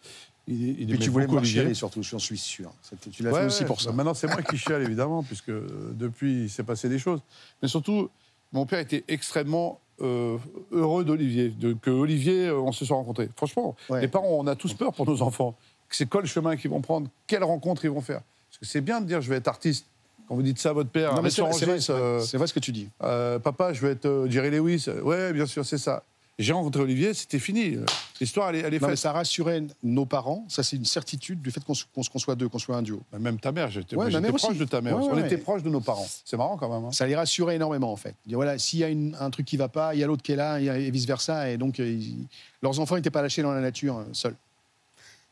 Speaker 2: Il, il
Speaker 3: puis
Speaker 2: aimait
Speaker 3: tu voulais
Speaker 2: beaucoup
Speaker 3: me
Speaker 2: Olivier.
Speaker 3: chialer, surtout, j'en suis sûr. C'était- Tu l'as
Speaker 2: Ouais,
Speaker 3: fait aussi
Speaker 2: ouais,
Speaker 3: pour ça.
Speaker 2: bah Maintenant, c'est moi qui chiale, évidemment, puisque euh, depuis, il s'est passé des choses. Mais surtout, mon père était extrêmement euh, heureux d'Olivier, de, que Olivier, euh, on se soit rencontrés. Franchement,
Speaker 3: Ouais.
Speaker 2: les parents, on a tous peur pour nos enfants. C'est quoi le chemin qu'ils vont prendre Quelle rencontre ils vont faire Parce que c'est bien de dire, je vais être artiste. Quand vous dites ça à votre père,
Speaker 3: Non, mais c'est
Speaker 2: restaurant
Speaker 3: c'est vrai,
Speaker 2: Gis,
Speaker 3: c'est vrai.
Speaker 2: euh,
Speaker 3: C'est vrai ce que tu dis.
Speaker 2: euh, papa, je vais être euh, Jerry Lewis. Ouais, bien sûr, c'est ça. J'ai rencontré Olivier, c'était fini. L'histoire, elle, est- elle est
Speaker 3: Non, mais
Speaker 2: faite.
Speaker 3: ça rassurait nos parents, ça c'est une certitude du fait qu'on se- qu'on se- qu'on soit deux, qu'on soit un duo.
Speaker 2: Bah, Même ta mère, j'étais
Speaker 3: Ouais, ma
Speaker 2: j'étais
Speaker 3: mère
Speaker 2: proche
Speaker 3: aussi.
Speaker 2: de ta mère.
Speaker 3: Ouais,
Speaker 2: on
Speaker 3: ouais.
Speaker 2: était proche de nos parents. C'est marrant quand même. hein.
Speaker 3: Ça les rassurait énormément en fait. Dire, voilà, s'il y a une- un truc qui va pas, il y a l'autre qui est là, et, et vice versa. Et donc, euh, ils- leurs enfants n'étaient pas lâchés dans la nature euh, seuls.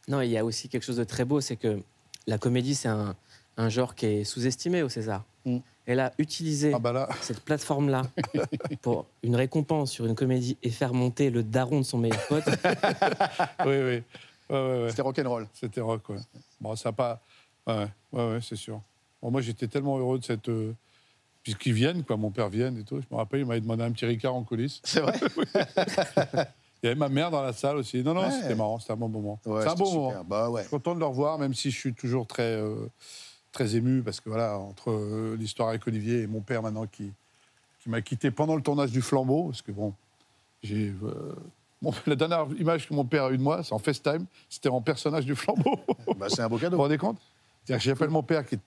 Speaker 1: Non, il y a aussi quelque chose de très beau, c'est que la comédie, c'est un, un genre qui est sous-estimé au César.
Speaker 3: Mm.
Speaker 1: Et là, utiliser
Speaker 2: Ah bah là.
Speaker 1: cette plateforme-là pour une récompense sur une comédie et faire monter le daron de son meilleur pote,
Speaker 2: oui, oui. Ouais, ouais, ouais.
Speaker 3: C'était rock'n'roll.
Speaker 2: C'était rock, ouais. Bon, ça a pas. Ouais, ouais, ouais, ouais, c'est sûr. Bon, moi, j'étais tellement heureux de cette. euh, Puisqu'ils viennent, quoi, mon père vienne et tout. Je me rappelle, il m'avait demandé un petit Ricard en coulisses.
Speaker 3: C'est vrai
Speaker 2: Il y avait ma mère dans la salle aussi. Non, non,
Speaker 3: Ouais.
Speaker 2: c'était marrant, c'était un bon moment.
Speaker 3: Ouais,
Speaker 2: c'est un
Speaker 3: c'était
Speaker 2: bon
Speaker 3: super.
Speaker 2: moment.
Speaker 3: Bah ouais.
Speaker 2: Je suis content de le revoir, même si je suis toujours très, euh, très ému, parce que voilà, entre euh, l'histoire avec Olivier et mon père maintenant qui, qui m'a quitté pendant le tournage du flambeau, parce que bon, j'ai. euh, mon- la dernière image que mon père a eue de moi, c'est en FaceTime, c'était en personnage du flambeau.
Speaker 3: Bah, c'est un beau
Speaker 2: Vous vous
Speaker 3: cadeau.
Speaker 2: rendez compte C'est-à-dire que J'appelle mon père qui,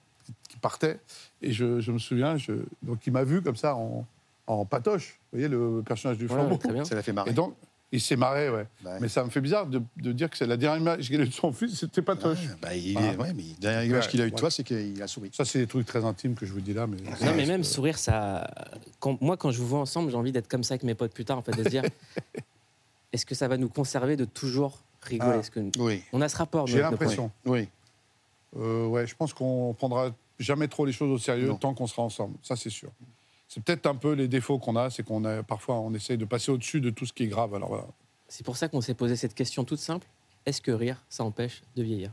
Speaker 2: qui partait, et je, je me souviens, je- donc il m'a vu comme ça en, en patoche, vous voyez, le personnage du
Speaker 1: voilà,
Speaker 2: flambeau.
Speaker 1: très bien.
Speaker 3: Ça l'a fait
Speaker 2: Et
Speaker 3: marrer.
Speaker 2: donc, il s'est marré, ouais.
Speaker 3: Bah,
Speaker 2: Mais ça me fait bizarre de, de dire que c'est la dernière image qu'il a eu de son fils, c'était patoche.
Speaker 3: bah, il
Speaker 2: Ah.
Speaker 3: est, ouais, mais la dernière image qu'il a eu de
Speaker 2: Ouais.
Speaker 3: toi, c'est qu'il a souri.
Speaker 2: Ça, c'est des trucs très intimes que je vous dis là, mais.
Speaker 1: Non, mais même sourire, ça. quand- moi, quand je vous vois ensemble, j'ai envie d'être comme ça avec mes potes plus tard, en fait, de se dire est-ce que ça va nous conserver de toujours rigoler
Speaker 2: Ah.
Speaker 1: Parce que
Speaker 3: Oui.
Speaker 1: On a ce rapport, nous,
Speaker 2: J'ai
Speaker 1: avec nos
Speaker 2: l'impression.
Speaker 3: Oui.
Speaker 2: Euh, ouais, je pense qu'on prendra jamais trop les choses au sérieux
Speaker 3: Non.
Speaker 2: tant qu'on sera ensemble. Ça, c'est sûr. C'est peut-être un peu les défauts qu'on a, c'est qu'on a parfois on essaye de passer au-dessus de tout ce qui est grave. Alors voilà.
Speaker 1: potes. C'est pour ça qu'on s'est posé cette question toute simple est-ce que rire, ça empêche de vieillir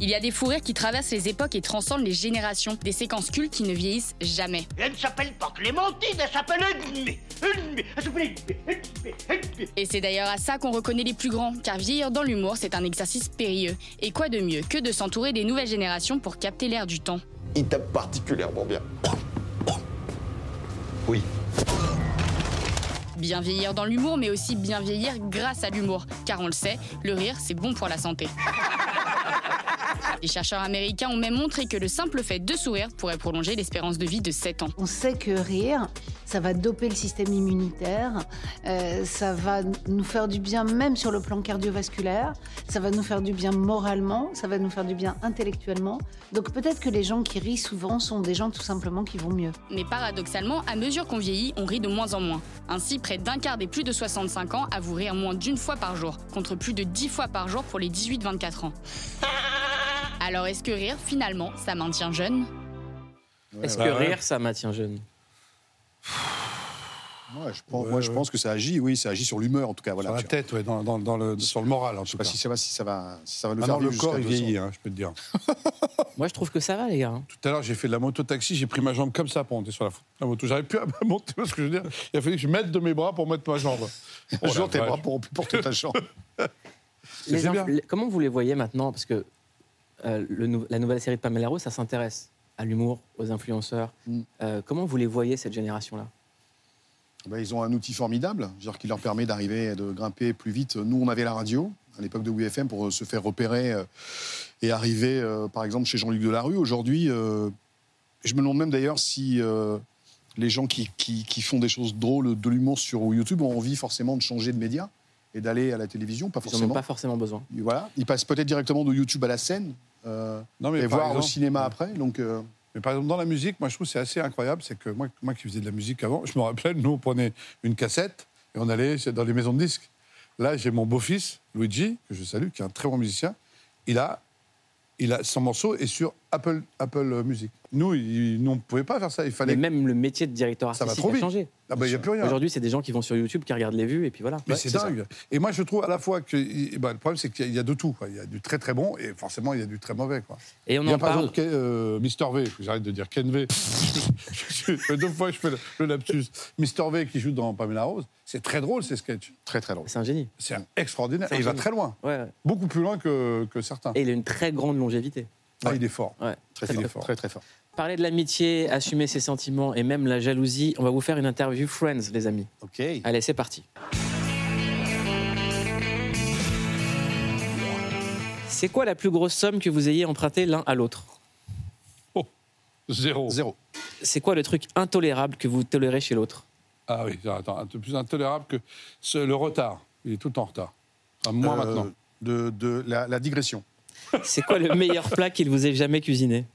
Speaker 8: Il y a des fous rires qui traversent les époques et transcendent les générations, des séquences cultes qui ne vieillissent jamais.
Speaker 10: Elle ne s'appelle pas Clémentine, elle s'appelle Edmé. Edmé, elle s'appelle Edmé, Edmé, Edmé.
Speaker 8: Et c'est d'ailleurs à ça qu'on reconnaît les plus grands, car vieillir dans l'humour, c'est un exercice périlleux. Et quoi de mieux que de s'entourer des nouvelles générations pour capter l'air du temps
Speaker 11: Il tape particulièrement bien. Oui.
Speaker 8: Bien vieillir dans l'humour, mais aussi bien vieillir grâce à l'humour, car on le sait, le rire, c'est bon pour la santé. Les chercheurs américains ont même montré que le simple fait de sourire pourrait prolonger l'espérance de vie de 7 ans.
Speaker 12: On sait que rire, ça va doper le système immunitaire, euh, ça va nous faire du bien même sur le plan cardiovasculaire, ça va nous faire du bien moralement, ça va nous faire du bien intellectuellement. Donc peut-être que les gens qui rient souvent sont des gens tout simplement qui vont mieux.
Speaker 8: Mais paradoxalement, à mesure qu'on vieillit, on rit de moins en moins. Ainsi, près d'un quart des plus de 65 ans avouent rire moins d'une fois par jour, contre plus de 10 fois par jour pour les 18-24 ans. Alors est-ce que rire, finalement, ça maintient jeune
Speaker 1: Est-ce
Speaker 2: ouais.
Speaker 1: que
Speaker 2: Bah ouais.
Speaker 1: rire, ça maintient jeune
Speaker 3: Ouais, je pense,
Speaker 2: Ouais,
Speaker 3: moi, je
Speaker 2: ouais.
Speaker 3: pense que ça agit, oui, ça agit sur l'humeur, en tout cas. Voilà.
Speaker 2: sur la
Speaker 3: Tu-
Speaker 2: tête, ouais, dans, dans- dans le, sur le moral en
Speaker 3: Je sais
Speaker 2: tout
Speaker 3: pas
Speaker 2: cas.
Speaker 3: si ça va, si ça va, si ça va nous
Speaker 2: Maintenant,
Speaker 3: faire
Speaker 2: le
Speaker 3: vivre jusqu'à
Speaker 2: corps il
Speaker 3: 200.
Speaker 2: vieillit, hein, je peux te dire.
Speaker 1: Moi, je trouve que ça va, les gars. hein.
Speaker 2: Tout à l'heure, j'ai fait de la moto-taxi, j'ai pris ma jambe comme ça pour monter sur la, la moto. J'arrivais plus à monter, parce que je veux dire, il a fallu que je mette de mes bras pour mettre ma jambe.
Speaker 3: Un
Speaker 2: Oh,
Speaker 3: jour,
Speaker 2: la
Speaker 3: tes
Speaker 2: vache.
Speaker 3: bras pourront plus porter ta chambre.
Speaker 1: Les
Speaker 2: c'est
Speaker 1: inf-
Speaker 2: bien.
Speaker 1: les- comment vous les voyez maintenant Parce que euh, le nou- la nouvelle série de Pamela Rose, ça s'intéresse à l'humour, aux influenceurs.
Speaker 3: Mm.
Speaker 1: Euh, comment vous les voyez, cette génération-là
Speaker 3: Ben, ils ont un outil formidable, genre qui leur permet d'arriver et de grimper plus vite. Nous, on avait la radio à l'époque de WFM pour euh, se faire repérer euh, et arriver, euh, par exemple, chez Jean-Luc Delarue. Aujourd'hui, euh, je me demande même d'ailleurs si euh, les gens qui, qui- qui font des choses drôles de l'humour sur YouTube ont envie forcément de changer de média et d'aller à la télévision,
Speaker 1: Ils
Speaker 3: pas
Speaker 1: n'en ont
Speaker 3: forcément.
Speaker 1: pas forcément besoin.
Speaker 3: Voilà, ils passent peut-être directement de YouTube à la scène euh,
Speaker 2: Non, mais
Speaker 3: et
Speaker 2: par
Speaker 3: voir au
Speaker 2: exemple-
Speaker 3: cinéma après. Donc, euh,
Speaker 2: Mais par exemple, dans la musique, moi, je trouve que c'est assez incroyable. C'est que moi, moi qui faisais de la musique avant, je me rappelle, nous, on prenait une cassette et on allait chez- dans les maisons de disques. Là, j'ai mon beau-fils, Luigi, que je salue, qui est un très bon musicien. Il a, il a son morceau est sur Apple, Apple Music. Nous, il- nous on ne pouvait pas faire ça. Il fallait.
Speaker 1: Mais même le métier de directeur
Speaker 2: Ça va
Speaker 1: artistique
Speaker 2: trop
Speaker 1: a
Speaker 2: vite.
Speaker 1: changé.
Speaker 2: Ah bah, il y a plus rien.
Speaker 1: Aujourd'hui, c'est des gens qui vont sur YouTube, qui regardent les vues, et puis voilà.
Speaker 2: Mais
Speaker 1: Ouais,
Speaker 2: c'est dingue. Et moi, je trouve à la fois que eh ben, le problème, c'est qu'il y a- il y a de tout. quoi. Il y a du très très bon et forcément, il y a du très mauvais. Quoi.
Speaker 1: Et on
Speaker 2: il y a
Speaker 1: en
Speaker 2: par
Speaker 1: parle.
Speaker 2: exemple Ke- euh, Mr V. faut que J'arrête de dire Ken V. Je fais Deux fois, je fais le, le lapsus. Mr V qui joue dans Pamela Rose, c'est très drôle ces sketchs.
Speaker 3: Très très drôle.
Speaker 1: C'est un génie.
Speaker 2: C'est un- extraordinaire.
Speaker 1: C'est un
Speaker 2: Et il va
Speaker 1: génie.
Speaker 2: très loin.
Speaker 1: Ouais, ouais.
Speaker 2: Beaucoup plus loin que, que certains.
Speaker 1: Et il a une très grande longévité.
Speaker 2: Ah, il est fort.
Speaker 1: Ouais,
Speaker 3: Très,
Speaker 1: très,
Speaker 3: fort.
Speaker 1: très
Speaker 3: Très, très fort.
Speaker 1: Parler de l'amitié, assumer ses sentiments et même la jalousie, on va vous faire une interview Friends, les amis.
Speaker 3: Ok.
Speaker 1: Allez, c'est parti. C'est quoi la plus grosse somme que vous ayez empruntée l'un à l'autre
Speaker 2: Zéro.
Speaker 3: Zéro.
Speaker 1: C'est quoi le truc intolérable que vous tolérez chez l'autre
Speaker 2: Ah oui, attends, un peu plus intolérable que ce- le retard. Il est tout le temps en retard. Enfin, moins
Speaker 3: Euh,
Speaker 2: maintenant.
Speaker 3: De, de la, la digression.
Speaker 1: C'est quoi le meilleur plat qu'il vous ait jamais cuisiné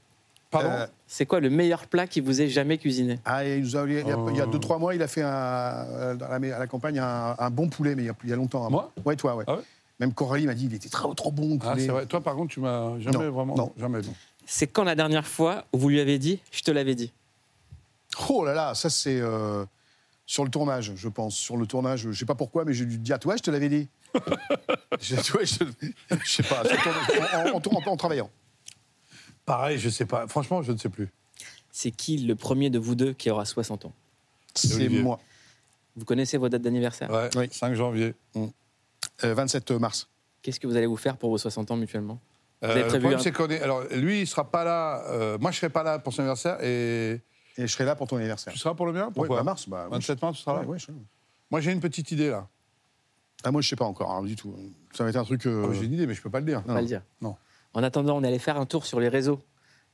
Speaker 2: Pardon
Speaker 3: Euh,
Speaker 1: C'est quoi le meilleur plat qu'il vous ait jamais cuisiné
Speaker 3: ah, il, nous a- il y a, il y a
Speaker 2: Oh.
Speaker 3: deux, trois mois, il a fait un- euh, à, la, à la campagne un, un bon poulet, mais il y a, il y a longtemps. hein.
Speaker 2: Moi
Speaker 3: Ouais, toi, ouais.
Speaker 2: Ah ouais
Speaker 3: Même Coralie m'a dit, il était trop, trop bon. le
Speaker 2: Ah,
Speaker 3: poulet.
Speaker 2: c'est vrai. Toi, par contre, tu m'as jamais
Speaker 3: Non,
Speaker 2: vraiment.
Speaker 3: non.
Speaker 2: jamais. non.
Speaker 1: C'est quand la dernière fois où vous lui avez dit Je te l'avais dit
Speaker 3: Oh là là, ça c'est euh, sur le tournage, je pense. Sur le tournage, je sais pas pourquoi, mais j'ai dû te dire, toi, je te l'avais dit. je, tu vois, je, je sais pas, sur le tournage, en, en- en tour- en- en travaillant.
Speaker 2: Pareil, je sais pas. Franchement, je ne sais plus.
Speaker 1: C'est qui le premier de vous deux qui aura 60 ans
Speaker 3: C'est
Speaker 2: Olivier.
Speaker 3: moi.
Speaker 1: Vous connaissez vos dates d'anniversaire
Speaker 2: Ouais,
Speaker 3: Oui.
Speaker 2: 5 janvier.
Speaker 3: Euh, 27 mars.
Speaker 1: Qu'est-ce que vous allez vous faire pour vos 60 ans mutuellement Vous
Speaker 2: Euh,
Speaker 1: avez
Speaker 2: le
Speaker 1: prévu
Speaker 2: problème,
Speaker 1: un-
Speaker 2: c'est qu'on est. Alors, lui, il sera pas là. euh, moi, je serai pas là pour son anniversaire. Et
Speaker 3: Et je serai là pour ton anniversaire.
Speaker 2: tu seras pour le mien
Speaker 3: Ouais,
Speaker 2: Pourquoi
Speaker 3: bah, mars, bah, oui.
Speaker 2: 27 mars, tu seras là
Speaker 3: Ouais, ouais, je serai là.
Speaker 2: Moi, j'ai une petite idée, là.
Speaker 3: Ah, moi, je sais pas encore, hein, du tout. Ça va être un truc. euh,
Speaker 2: Ah, mais j'ai une idée, mais je peux pas le dire.
Speaker 1: Pas le dire.
Speaker 2: Non.
Speaker 1: En attendant, on allait faire un tour sur les réseaux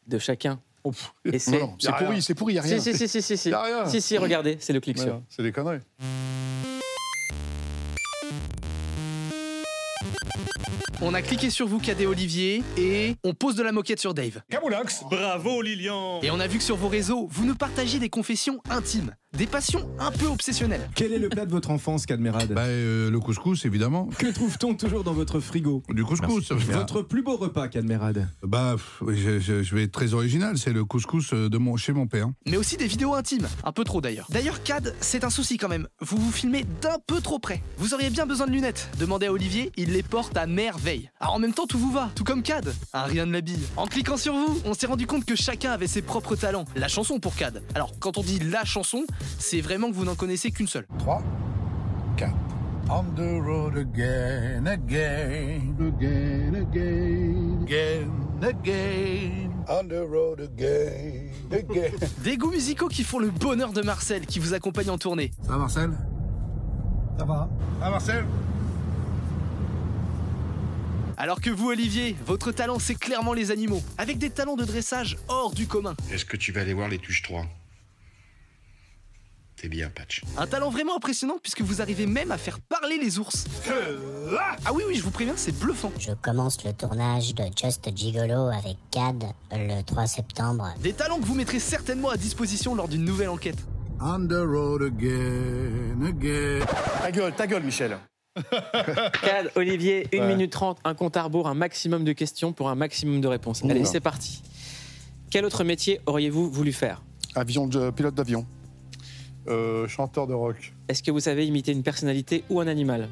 Speaker 1: de chacun.
Speaker 2: Oh, pff,
Speaker 1: Et
Speaker 3: non,
Speaker 1: c'est.
Speaker 3: non,
Speaker 2: y
Speaker 3: c'est
Speaker 2: a rien.
Speaker 3: pourri, c'est pourri, il n'y a rien.
Speaker 1: Si, si, si, si, si, si.
Speaker 2: Y a rien.
Speaker 1: Si, si, regardez, c'est le clic
Speaker 2: voilà,
Speaker 1: sur.
Speaker 2: C'est des conneries.
Speaker 13: On a cliqué sur vous, Cadet Olivier, et on pose de la moquette sur Dave.
Speaker 2: Camoulox
Speaker 13: Bravo Lilian Et on a vu que sur vos réseaux, vous nous partagez des confessions intimes, des passions un peu obsessionnelles.
Speaker 14: Quel est le plat de votre enfance, Cadmerade
Speaker 2: Bah, euh, le couscous, évidemment.
Speaker 14: Que trouve-t-on toujours dans votre frigo
Speaker 2: Du couscous. ça veut dire-
Speaker 14: Votre plus beau repas, Cadmerade
Speaker 2: Bah, pff, oui, je, je- je vais être très original. C'est le couscous euh, de mon, chez mon père.
Speaker 13: Mais aussi des vidéos intimes, un peu trop d'ailleurs. D'ailleurs, Cad, c'est un souci quand même, vous vous filmez d'un peu trop près. Vous auriez bien besoin de lunettes, demandez à Olivier, il les porte à merveille. Alors en même temps, tout vous va, tout comme Cad, un rien de l'habille. En cliquant sur vous, on s'est rendu compte que chacun avait ses propres talents. La chanson pour Cad. Alors quand on dit la chanson, c'est vraiment que vous n'en connaissez qu'une seule.
Speaker 2: 3, 4. On the road again, again, again, again, again, again. On the road again, again.
Speaker 13: Des goûts musicaux qui font le bonheur de Marcel, qui vous accompagne en tournée.
Speaker 2: Ça va, Marcel Ça va. Ah, Marcel
Speaker 13: Alors que vous, Olivier, votre talent, c'est clairement les animaux, avec des talents de dressage hors du commun.
Speaker 15: Est-ce que tu vas aller voir les tuches 3 T'es bien, Patch.
Speaker 13: Un talent vraiment impressionnant puisque vous arrivez même à faire parler les ours. Ah oui, oui, je vous préviens, c'est bluffant.
Speaker 16: Je commence le tournage de Just Gigolo avec CAD le 3 septembre.
Speaker 13: Des talents que vous mettrez certainement à disposition lors d'une nouvelle enquête.
Speaker 2: On the road again, again.
Speaker 13: Ta gueule, ta gueule, Michel.
Speaker 1: Cad, Olivier, 1
Speaker 2: Ouais.
Speaker 1: minute 30, un compte à rebours, un maximum de questions pour un maximum de réponses. Allez,
Speaker 3: Oula.
Speaker 1: c'est parti. Quel autre métier auriez-vous voulu faire
Speaker 3: Avion de, pilote d'avion.
Speaker 2: Euh, chanteur de rock.
Speaker 1: Est-ce que vous savez imiter une personnalité ou un animal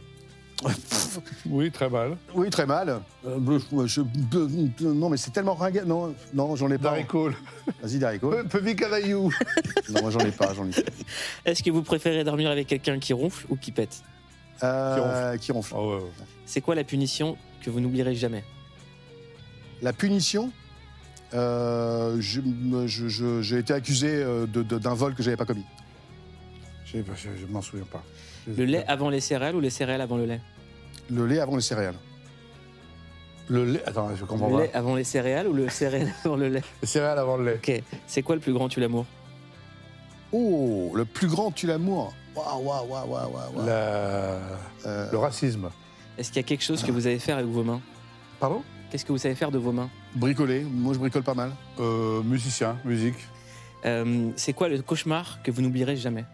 Speaker 2: Oui, très mal.
Speaker 3: Oui, très mal. Euh, bleu- je- bleu- bleu- non, mais c'est tellement ringard. Non, non j'en ai pas.
Speaker 2: Darry Cole.
Speaker 3: Vas-y, Darico.
Speaker 2: Pe- Pevi Canaillou.
Speaker 3: non, moi, j'en ai pas. J'en ai pas.
Speaker 1: Est-ce que vous préférez dormir avec quelqu'un qui ronfle ou qui pète
Speaker 3: Euh, qui ronfle.
Speaker 2: Ah ouais, ouais.
Speaker 1: C'est quoi la punition que vous n'oublierez jamais
Speaker 3: La punition euh, je- me- je- je- j'ai été accusé euh, de- de- d'un vol que j'avais pas commis.
Speaker 2: Je, je- je m'en souviens pas.
Speaker 1: Le lait avant les céréales ou les céréales avant le lait
Speaker 3: Le lait avant les céréales.
Speaker 2: Le lait. Attends, je comprends
Speaker 1: Le
Speaker 2: pas.
Speaker 1: lait avant les céréales ou le céréales avant le lait
Speaker 2: Les céréales avant le lait.
Speaker 1: Ok. C'est quoi le plus grand tu l'amour
Speaker 3: Oh, le plus grand tu l'amour. Waouh, waouh, waouh, waouh, waouh.
Speaker 2: La-
Speaker 3: Euh,
Speaker 2: Le racisme.
Speaker 1: Est-ce qu'il y a quelque chose que vous avez fait avec vos mains
Speaker 2: Pardon
Speaker 1: Qu'est-ce que vous savez faire de vos mains
Speaker 2: Bricoler, moi je bricole pas mal. Euh, musicien, musique.
Speaker 1: Euh, c'est quoi le cauchemar que vous n'oublierez jamais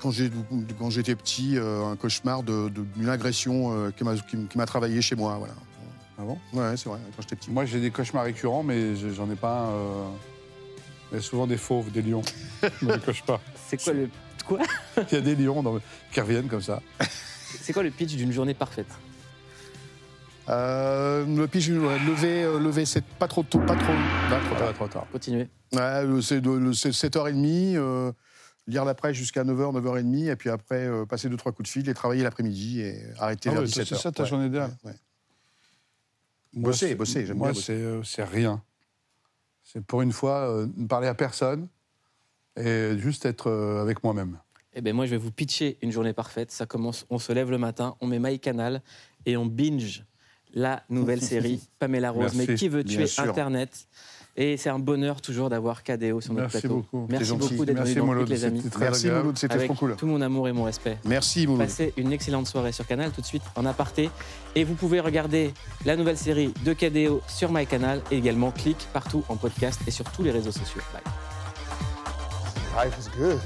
Speaker 3: Quand j'ai- quand j'étais petit, euh, un cauchemar de- de- d'une agression euh, qui m'a- qui m- qui m'a travaillé chez moi. Voilà.
Speaker 2: Avant
Speaker 3: Ouais, c'est vrai, quand j'étais petit.
Speaker 2: Ah Moi j'ai des cauchemars récurrents, mais je- j'en ai pas. euh, Il y a souvent des fauves, des lions. Je me les coche pas.
Speaker 1: C'est quoi le. Quoi
Speaker 2: Il y a des lions dans- qui reviennent comme ça.
Speaker 1: C'est quoi le pitch d'une journée parfaite
Speaker 3: Euh, le pitch, ouais, lever, euh, lever c'est pas trop tôt, pas trop. Là, trop tard,
Speaker 2: trop tard.
Speaker 1: Continuez.
Speaker 3: Ouais, euh, c'est de- le- c'est 7h30, euh, lire la presse jusqu'à 9h, 9h30, et puis après euh, passer 2-3 coups de fil et travailler l'après-midi et arrêter
Speaker 2: Ah
Speaker 3: vers
Speaker 2: ouais, toi,
Speaker 3: 17h.
Speaker 2: c'est ça ta journée idéale. Moi,
Speaker 3: Bosser,
Speaker 2: c'est-
Speaker 3: bosser, j'aime
Speaker 2: Moi,
Speaker 3: bien bosser.
Speaker 2: c'est, euh, c'est rien. C'est pour une fois euh, ne parler à personne et juste être euh, avec moi-même.
Speaker 1: Eh bien, moi, je vais vous pitcher une journée parfaite. Ça commence, on se lève le matin, on met My Canal et on binge la nouvelle série Pamela Rose.
Speaker 2: Merci,
Speaker 1: mais qui veut
Speaker 2: bien
Speaker 1: tuer
Speaker 2: sûr.
Speaker 1: Internet Et c'est un bonheur toujours d'avoir KDO sur notre
Speaker 2: Merci
Speaker 1: plateau.
Speaker 2: beaucoup.
Speaker 1: Merci
Speaker 2: C'est gentil.
Speaker 1: beaucoup d'être
Speaker 2: Merci,
Speaker 1: venu dans le
Speaker 2: Molo,
Speaker 1: pic, les
Speaker 2: c'était
Speaker 1: amis.
Speaker 2: très Merci, agréable. Molo, c'était
Speaker 1: Avec
Speaker 2: trop cool.
Speaker 1: Tout mon amour et mon respect.
Speaker 3: Merci, Molo.
Speaker 1: Passez une excellente soirée sur Canal tout de suite en aparté. Et vous pouvez regarder la nouvelle série de KDO sur My Canal et également clique partout en podcast et sur tous les réseaux sociaux. Bye.
Speaker 17: Life is good.